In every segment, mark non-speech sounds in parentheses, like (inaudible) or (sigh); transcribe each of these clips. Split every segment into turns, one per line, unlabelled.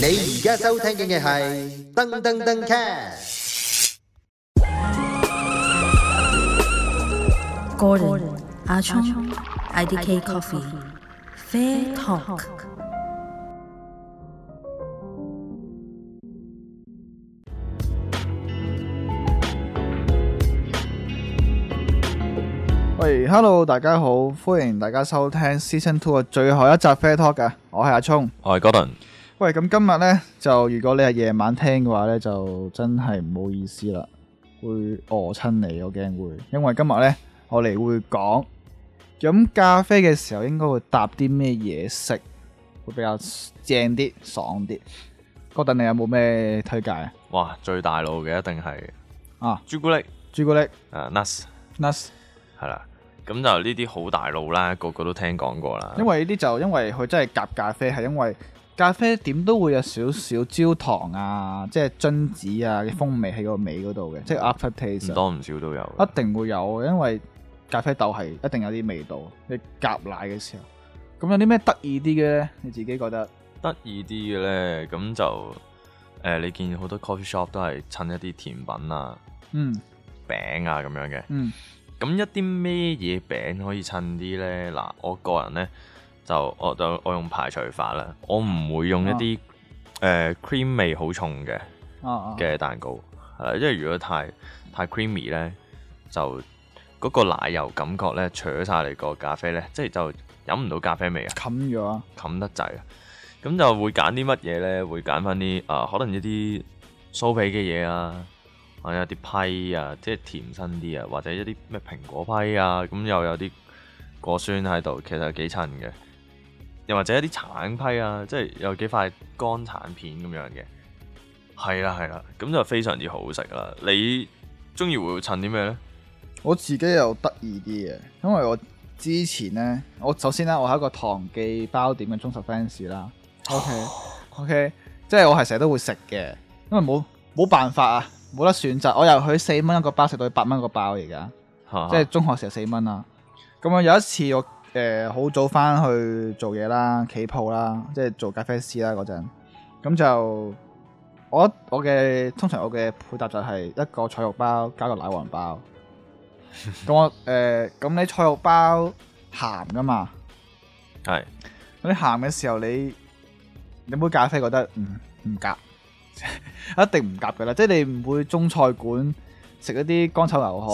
你而家收聽嘅係噔噔噔 cast。
Gordon 阿聰 IDK Coffee Fair Talk。
喂，Hello，大家好，歡迎大家收聽 Season Two 嘅最後一集 Fair Talk 嘅，我係阿聰。
我係 Gordon，
喂，咁今日呢，就如果你係夜晚聽嘅話呢，就真係唔好意思啦，會餓親你，我驚會，因為今日呢，我哋會講飲咖啡嘅時候應該會搭啲咩嘢食，會比較正啲、爽啲。Gordon，你有冇咩推介啊？
哇，最大路嘅一定係
啊
朱古力
朱古力、
啊 nuts
nuts，
係啦，咁就呢啲好大路啦，個個都聽講過啦。
因為呢啲就因為佢真係夾咖啡，係因為咖啡點都會有少少焦糖啊，即係榛子啊嘅風味喺個尾嗰度嘅，即係 after
嗯唔
taste 啊
多唔少都有。
一定會有嘅，因為咖啡豆係一定有啲味道，你夾奶嘅時候，咁有啲咩得意啲嘅咧？你自己覺得
得意啲嘅咧，咁就誒、呃你見好多 coffee shop 都係襯一啲甜品啊、
嗯
餅啊咁樣嘅。
嗯
咁一啲咩嘢餅可以襯啲咧？嗱，我個人咧就我就我用排除法啦，我唔會用一啲誒、呃 cream 味好重嘅。
啊啊
嘅蛋糕，係啦，因為如果太太 creamy 咧，就嗰個奶油感覺咧，扯晒你個咖啡咧，即係就飲唔到咖啡味啊，
冚咗啊
冚得滯啊，咁就會揀啲乜嘢咧？會揀翻啲啊，可能一啲酥皮嘅嘢啊，或者有啲批啊，即係甜身啲啊，或者一啲咩蘋果批啊，咁又有啲果酸喺度，其實幾襯嘅。又或者一啲橙批啊，即係有幾塊乾橙片咁樣嘅，係啦係啦，咁就非常之好食啦。你中意會襯啲咩咧？
我自己又得意啲嘅，因為我之前呢，我首先啦，我係一個唐記包點嘅忠實 fans 啦。OK (sighs) OK，即係我係成日都會食嘅，因為冇冇辦法啊，冇得選擇。我由佢四蚊一個包食到八蚊一個包而家，即係中學時候四蚊啦。咁啊有一次我誒好、早翻去做嘢啦，企鋪啦，即係做咖啡師啦嗰陣，咁就我我嘅通常我嘅配搭就係一個菜肉包加個奶黃包。咁我誒咁、你菜肉包鹹噶嘛？
係
咁你鹹嘅時候，你你杯咖啡覺得唔唔夾， (laughs) 一定唔夾噶啦。即係你唔會中菜館食一啲乾炒牛河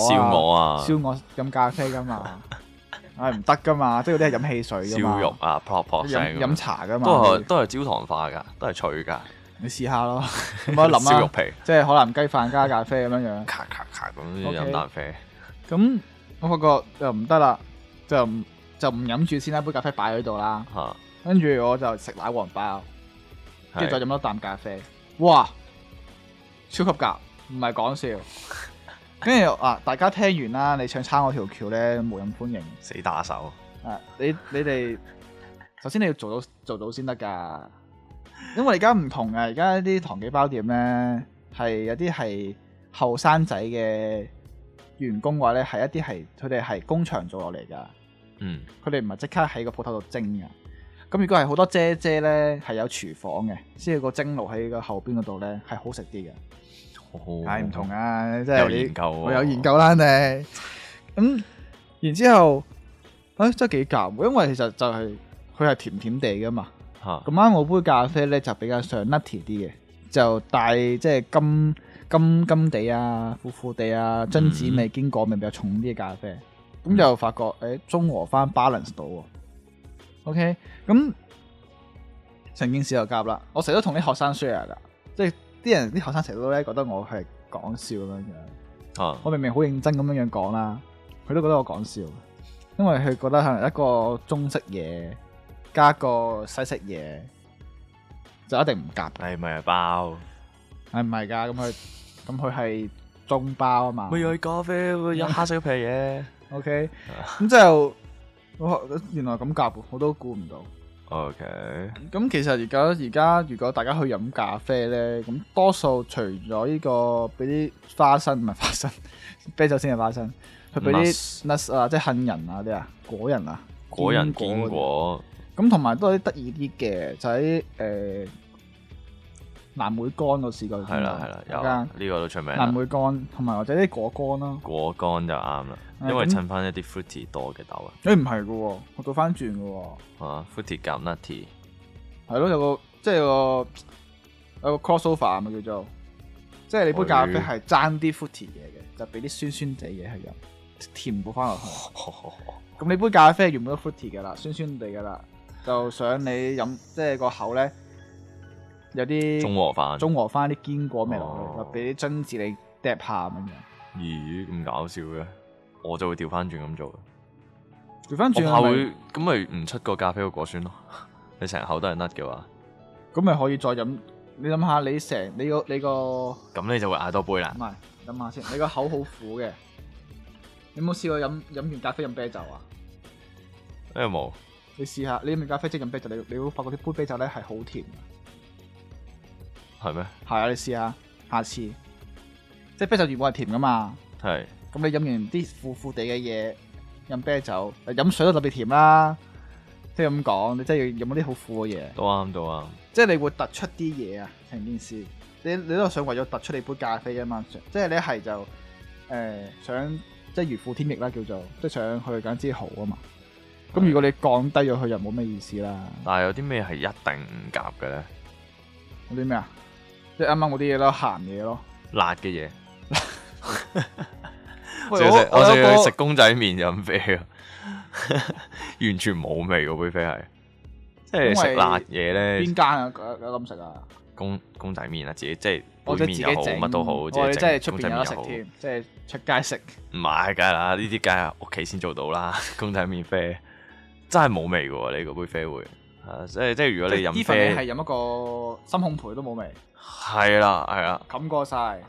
啊、
燒鵝啊、
燒鵝飲咖啡噶
(laughs)
嘛？唉唔得噶嘛，即係嗰啲係飲汽水噶嘛，
燒肉啊、
(laughs)
撲撲聲
飲
咁樣
飲茶噶嘛，
都係
啊你
都係焦糖化㗎，都係脆㗎。
你試下
(laughs)
咯，咁我諗
燒肉
啊，
皮，
即係海南雞飯加咖啡咁樣樣。
咔咔咔咁
OK
飲啖啡，
咁我發覺又唔得啦，就唔就唔飲住先啦，杯咖啡擺喺度啦。
嚇，
跟住我就食奶黃包，跟住
係
再飲多啖咖啡，哇，超級夾，唔係講
(laughs)
笑。跟住啊，大家聽完啦，你想撐我條橋咧，無任歡迎。
死打手，
啊，你你哋首先你要做到做到先得㗎，因為而家唔同啊，而家啲糖記包店咧係有啲係後生仔嘅員工嘅話咧，係一啲係佢哋係工場做落嚟㗎。
嗯，
佢哋唔係即刻喺個鋪頭度蒸嘅。咁如果係好多姐姐咧，係有廚房嘅，先有個蒸爐喺個後邊嗰度咧，係好食啲嘅。係唔同
嘅，
啊，即
有
係
研
你
究喎，
我有研究啦，你咁然之後，誒、真係幾夾喎，因為其實就係佢係甜甜地噶嘛。
嚇，
咁啱我杯咖啡咧就比較上 nutty 啲嘅，就帶即係金金金地啊、苦苦地啊、榛子味、堅果味比較重啲嘅咖啡，咁就發覺誒、欸中和翻 balance 到喎。OK，咁成件事就夾啦。我成日都同啲學生 share 噶，即係啲人啲學生成日都咧覺得我係講笑咁樣樣。
嚇
我明明好認真咁樣樣講啦，佢都覺得我講笑，因為佢覺得可能一個中式嘢加個西式嘢就一定唔夾嘅，
係咪包？
係唔係㗎？咁佢咁佢係中包啊嘛
咪有咖啡，有黑色皮嘢。
，OK，咁就我原來咁夾喎，我都估唔到。
O K，
咁其實而家而家如果大家去飲咖啡咧，咁多數除咗呢個俾啲花生唔係花生，啤酒先係花生，佢俾啲
Nuts
nuts 啊，即係杏仁啊啲啊，果仁啊，
果仁堅果
咁同埋都有啲得意啲嘅，就喺誒呃藍莓乾我試過。
係啦係啦，有啊呢個都出名啦
藍。莓乾同埋或者啲果乾啦。
果乾就啱啦，
啊
因為
咁
襯翻一啲 fruity 多嘅豆
誒唔係嘅喎，我倒翻轉嘅喎，
啊，啊 fruity 夾 nutty
係咯，有個即係有個有個 crossover 啊咪叫做，即係你杯咖啡
佢
係爭啲 fruity 嘢嘅，就俾啲酸酸地嘢係入，填補翻
(laughs)
落去。咁你杯咖啡原本都 fruity 嘅啦，酸酸地嘅啦，就想你飲即係個口咧有啲
中和飯，
中和翻啲堅果味落
哦
去，就俾啲榛子你嗒下咁樣。
咦咁搞笑嘅，我就會調翻轉咁做，
調翻
我
轉
怕
係咪
會咁咪唔出個咖啡個果酸咯， (laughs) 你成口都係 nut 嘅話，
咁咪可以再飲。你諗下，你成你個你個
咁你就會嗌多杯啦
唔。係，飲下先。你個口好苦嘅，你有冇試過飲飲完咖啡飲啤酒啊？
因為冇，
你試下，你飲完咖啡即係飲啤酒，你你會發覺啲杯啤酒咧係好甜嘅。
係咩？
係啊，你試下，下次。即係啤酒原本係甜噶嘛，
係
咁你飲完啲苦苦地嘅嘢，飲啤酒，飲水都特別甜啦。即係咁講，你真係要飲嗰啲好苦嘅嘢，
都啱都啱，
即係你會突出啲嘢啊，成件事。你你都係想為咗突出你杯咖啡嘅嘛，即係你一係就誒、呃想即係如虎添翼啦，叫做即係想去揀支好啊嘛。咁如果你降低咗佢，又冇咩意思啦。
但係有啲咩係一定唔夾嘅咧？
嗰啲咩啊？即係啱啱嗰啲嘢咯，鹹嘢咯。
辣嘅嘢，
喂
最好食
我
我
我
最
有
要
個
食公仔麵飲啡啊， (laughs) 完全冇味嗰杯啡係，即
因為
係食辣嘢咧
邊。間啊？有有咁食啊？
公公仔麵啊，自己即係杯
或者自
麵
己
又好，
整
乜都好，
我
自己
哋真係
整
出
公
邊
仔
有得
麵又
食
好，
添，即係出街食。
唔係梗係啦，呢啲梗係屋企先做到啦。 (laughs) 公仔麵啡真係冇味嘅喎，你嗰杯啡會啊，即係即係如果你
呢
飲
份嘢係
啡
飲一個深烘焙都冇味，
係啦係啦，
冚過晒。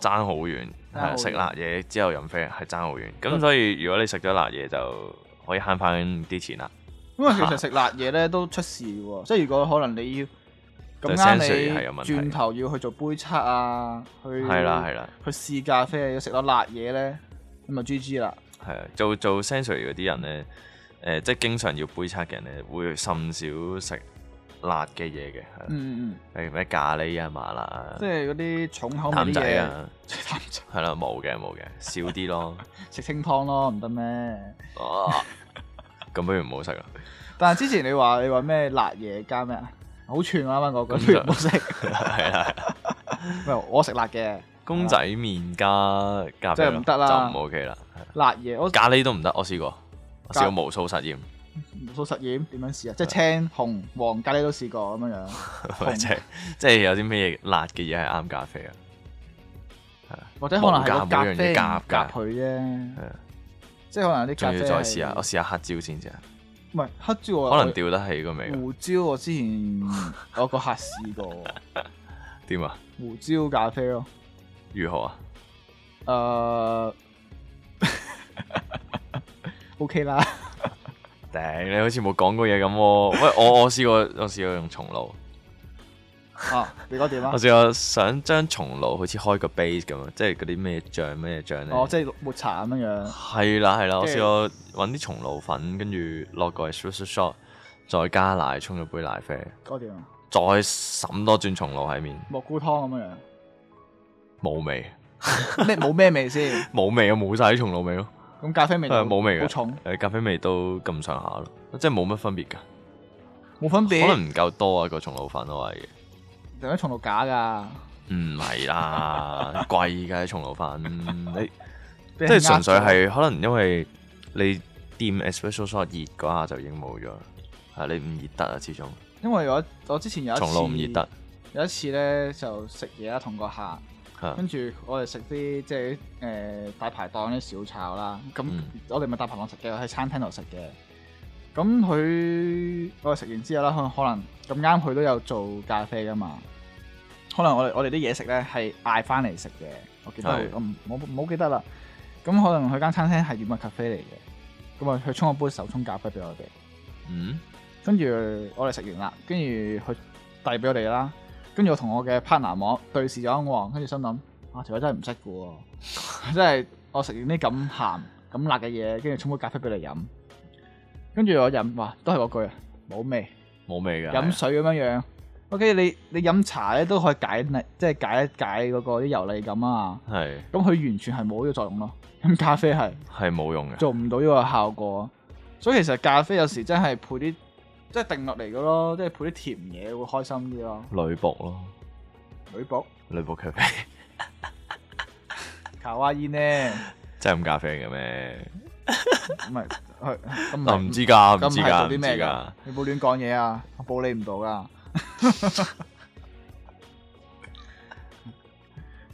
爭好遠，
爭好遠
係
嗯
食辣嘢之後飲啡係爭好遠。咁所以如果你食咗辣嘢就可以慳翻啲錢啦，
因啊為
(laughs)
其實食辣嘢咧都出事嘅喎，即係如果可能你要咁
對
啱
sensory 係有
你
問題
轉頭要去做杯測啊，去
係啦係啦
去試咖啡，食到辣嘢咧，咁就 G G 啦。
係啊，做做 sensory 嗰啲人咧，誒、即係經常要杯測嘅人咧，會甚少食辣嘅嘢嘅，係啦。
嗯嗯
例如咩咖喱啊、麻辣啊
嗯，、即係嗰啲重口味
淡
啲
仔
嘢， (laughs)
啊，
淡仔
係啦，冇嘅冇嘅，少啲咯。
食清湯咯，唔得咩？
啊咁不如唔
(laughs)
好食啦。啊
但係之前你話你話咩辣嘢加咩啊？好串啊！啱啱嗰句，不
咁就
如唔好食。
(laughs) 係啦，
(laughs) 唔係我食辣嘅，
公仔麵加咖啡
即係唔得啦
就唔 OK 啦。
辣嘢我
咖喱都唔得，我試過，我
咖
試過無數實驗，
做實驗點樣試啊？即係青、紅、黃咖喱都試過咁樣樣。紅
(laughs) 即係即係有啲咩辣嘅嘢係啱咖啡啊。
或者可能係個
冇㗎
咖
每樣
啡
嘢夾
夾
㗎
夾佢啫
係啊，
即係可能有啲咖
仲
啡
要
係
再試下，我試下黑椒先啫，
唔係黑椒我
可能吊得起個味㗎。
胡椒我之前有個客試過 (laughs) 喎
點啊？
胡椒咖啡咯，呃
如何啊？
誒 (laughs) OK 啦，
頂你好似冇講過嘢咁喎。喂，我我試過，我試過用松露。
啊你嗰點啊
我？試過想將松露好似開個 base 咁啊樣，即係嗰啲咩醬咩醬咧。
哦，即係抹茶咁樣樣，
係啦係啦，我
即係
試過揾啲松露粉，跟住落個 s h o t shot，再加奶沖咗杯奶啡，
嗰點啊？
再滲多轉松露喺面，
蘑菇湯咁樣 (laughs)
冇味，
樣，咩冇咩味先？
冇味啊，冇晒啲松露味咯，
咁咖啡味就
誒冇味嘅，
好重，
誒咖啡味都咁上下咯，即係冇乜分別㗎，
冇分別，
可能唔夠多啊個松露粉我係，
定係重到假㗎，
唔
(laughs)
係啦，貴㗎啲松露粉，你
即
即係純粹係可能因為你掂 espresso shot 熱嗰下就已經冇咗啦，係你唔熱得啊，始終
因為我我之前有一次
松露唔熱得。
有一次咧就食嘢啦，同個客，
嚇
跟住我哋食啲即係誒大排檔啲小炒啦。咁
嗯
我哋咪大排檔食嘅，喺餐廳度食嘅。咁佢我哋食完之後啦，可能可能咁啱佢都有做咖啡噶嘛。可能我哋我哋啲嘢食咧係嗌翻嚟食嘅，我記得
係
我唔我冇冇記得啦。咁可能佢間餐廳係粵物咖啡嚟嘅，咁啊佢沖咗杯手沖咖啡俾我哋。
嗯。
跟住我哋食完啦，跟住佢遞俾我哋啦，跟住我同我嘅 partner 望對視咗一望，跟住心諗啊條友真係唔識嘅喎， (laughs) 真係我食完啲咁鹹咁辣嘅嘢，跟住沖杯咖啡俾你飲，跟住我飲，哇都係嗰句啊，冇味，
冇味㗎，
飲水咁樣樣， OK，你你飲茶咧都可以解膩即係解一解嗰個啲油膩感啊。
係
咁佢完全係冇呢個作用咯。飲咖啡係
係冇用
(laughs)
嘅，
做唔到呢個效果，所以其實咖啡有時真係配啲即係定落嚟嘅咯，即係配啲甜嘢會開心啲咯。
女仆咯，
女僕
女仆咖啡
(laughs) 卡哇伊呢？
真係飲咖啡嘅咩？
咁咪 (laughs) 係咁咪
啊唔知㗎，
咁
唔知
係
㗎，
做
唔知
啲咩
㗎
㗎。？你冇亂講嘢啊！我保你唔到噶。 (laughs)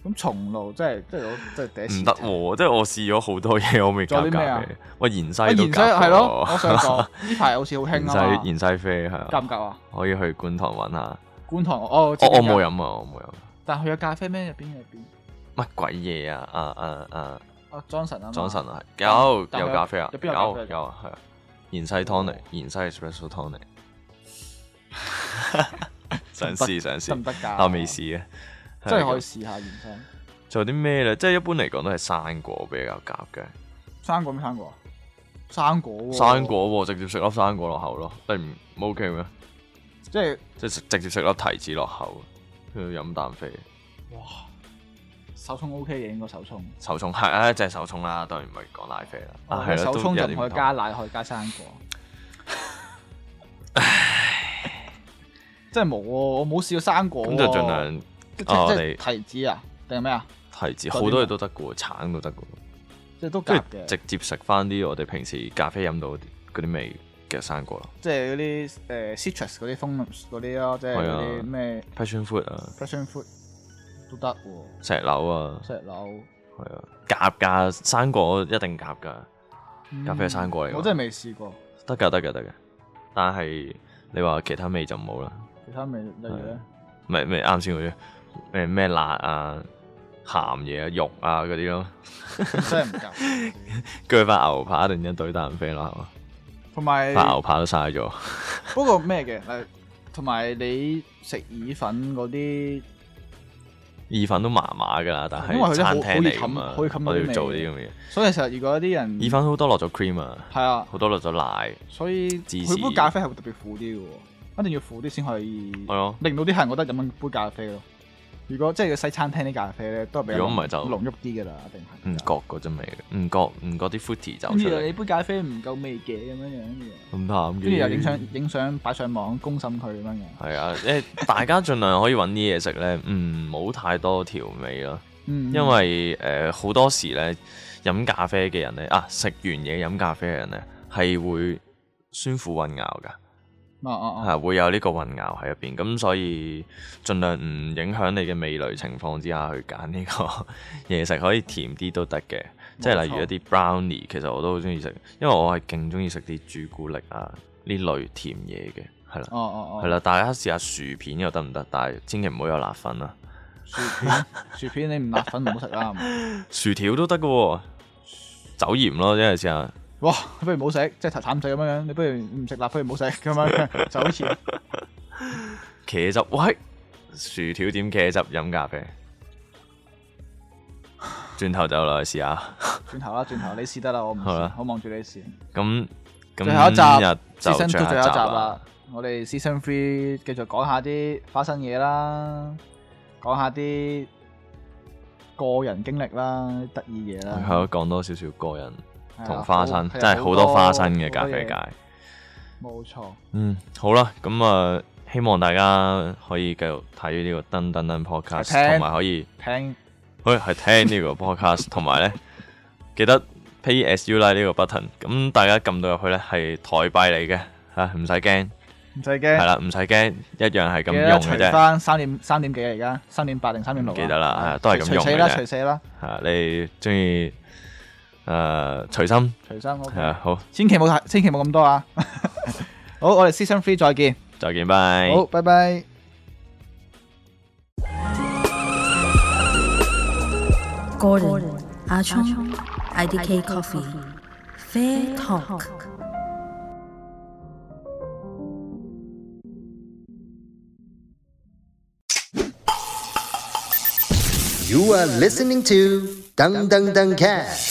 咁松露真係真係我真係第一次
唔得喎，即係我試咗好多嘢，我未
仲
搞
有啲咩啊
咖啡。喂，芫
喂
茜都
芫茜
夾
啊係咯，
喎
我想
(laughs)
講呢排好似好興
芫
啊
茜
嘛，
芫茜啡係
夾唔
啊，
夾啊？
可以去觀塘揾下。
觀塘哦，
我我
知
冇
㗎，
飲啊，我冇飲。
但佢有咖啡咩？入邊入邊
乜鬼嘢啊？啊啊啊！
啊，Johnson 啊
早晨啊，
但
有
但
有
佢
咖啡啊，
入邊
有
有咖啡
有啊，係啊，芫茜湯嚟，芫茜 espresso
(laughs)
湯嚟。想試想
得唔
試，
得㗎？
我未，試啊。
真係可以
咁
試下芫茜。
做啲咩咧？即係一般嚟講都係生果比較夾嘅。
生果咩生果啊？生果喎，
生果喎，直接食粒生果落口咯，你唔唔 OK 咩？
即係
即係食直接食粒提子落口，跟住飲啖啡。
手沖 OK 嘅，應該手沖。
手沖係啊，即係手沖啦，當然唔係講奶啡啦。啊，係啦，
哦手沖
都
就
有
唔
啲
可
唔
以加
同。
奶，可以加生果。真係冇喎，我冇試過生果喎。
咁就盡量
即
啊我
即
哋
係提子啊，定係咩啊？
提子，
嗰啲
好多嘢都得嘅喎，橙都得嘅喎，
即係都
跟
夾
住
嘅，
直接食翻啲我哋平時咖啡飲到嗰啲嗰啲味嘅生果咯
即係嗰啲誒 citrus 嗰啲風嗰啲咯，即係
係
嗰
啊
啲咩
，passion fruit 啊，
passion fruit 都得喎，
石榴啊，
石榴。
係啊，夾㗎，生果一定夾㗎，咖啡係生果嚟㗎
嗯我真係未試過，
得㗎得㗎得㗎，但係你話其他味就冇啦。
其他味例如咧，
咪咪啱先嗰啲，誒咩辣啊、鹹嘢啊、肉啊嗰啲咯，
真係唔夾。
鋸翻牛扒突然間懟啖啡啦，係嘛？
同
(laughs)
埋
塊牛扒都嘥咗，
不過咩嘅，誒同埋你食意粉嗰啲，
意粉都麻麻㗎啦，但
因為
係
佢啲好
餐廳嚟㗎
好
嘛，
易冚好易冚到
我哋
啲
要做
味嗯
啲咁嘅嘢。
所以其實如果啲人
意粉好多落咗 cream 啊，
係啊，
好多落咗奶，
所以
芝
佢杯
士
咖啡係會特別苦啲嘅喎，一定要苦啲先可以
係啊咯。
令到啲客人覺得飲緊杯咖啡咯。如果即係個西餐廳啲咖啡咧，都係比較
如果唔係就
濃郁啲嘅啦，一定係。
唔覺嗰陣味，唔覺唔覺啲 footy 走
跟
出
住你
嚟，
杯咖啡唔夠味嘅咁樣樣嘅，
咁淡
跟
嘅。
住又影相影相擺上網公審佢咁樣樣。
係啊，誒大家盡量可以揾啲嘢食咧，唔好太多調味咯。
嗯，
因為誒好、多時咧飲咖啡嘅人咧啊，食完嘢飲咖啡嘅人咧係會酸苦混淆㗎，
啊啊
係、
啊，
會有呢個混淆喺入邊，咁所以盡量唔影響你嘅味蕾情況之下去揀呢個嘢食，可以甜啲都得嘅，即係例如
冇錯
一啲 brownie，其實我都好中意食，因為我係勁中意食啲朱古力啊呢類甜嘢嘅，係啦
哦。哦哦，
係啦，大家試下薯片又得唔得？但係千祈唔好有辣粉啊啦，
薯片薯片你唔辣粉唔好食啦。係咪
薯條都得嘅喎，走鹽咯，即係啊試下
哇，不如唔好食，即係茶淡仔咁樣樣，你不如唔食辣，不如唔好食咁
(laughs)
樣，就好似
茄汁，喂，薯條點茄汁飲咖啡？轉頭就落去試下，
轉頭啦，轉頭你試得啦，我唔
好
試
啦，
我望住你試。
咁咁
最後一集
今日就
season two
最後一
最
集
後一集
啦
啦，，我哋 season three 繼續講下啲花生嘢啦，講下啲個人經歷啦，啲得意嘢
係
啦，
咯，講多少少個人
係啊
同花生，
好係啊
真係好多花生嘅
好多
咖啡
嘢
界。
冇錯，
嗯，好啦，咁啊，希望大家可以繼續睇呢個噔噔噔
係
podcast，
聽
同埋可以。
聽
可以係聽呢個 podcast，同埋咧記得 PSU 啦呢個 button，咁大家撳到入去咧係台幣嚟嘅嚇，唔使驚，
唔使
係
驚，
啦，唔使驚，一樣係咁
記得
用
除
嘅啫，
翻三點三點幾啊而家，三點八定三點六啊，
記得啦啊都係咁
除
用
死
嘅
啦，
啫
除死啦，
嚇你中意誒隨心
除生我，
係好，
千祈冇太千祈冇咁多啊！ (laughs) 好，我哋 season three 再見，
再見，拜。
好，拜拜。
Gordon, Achong, IDK Coffee, Fair Talk.
You are listening to Dung Dung Dung Cat.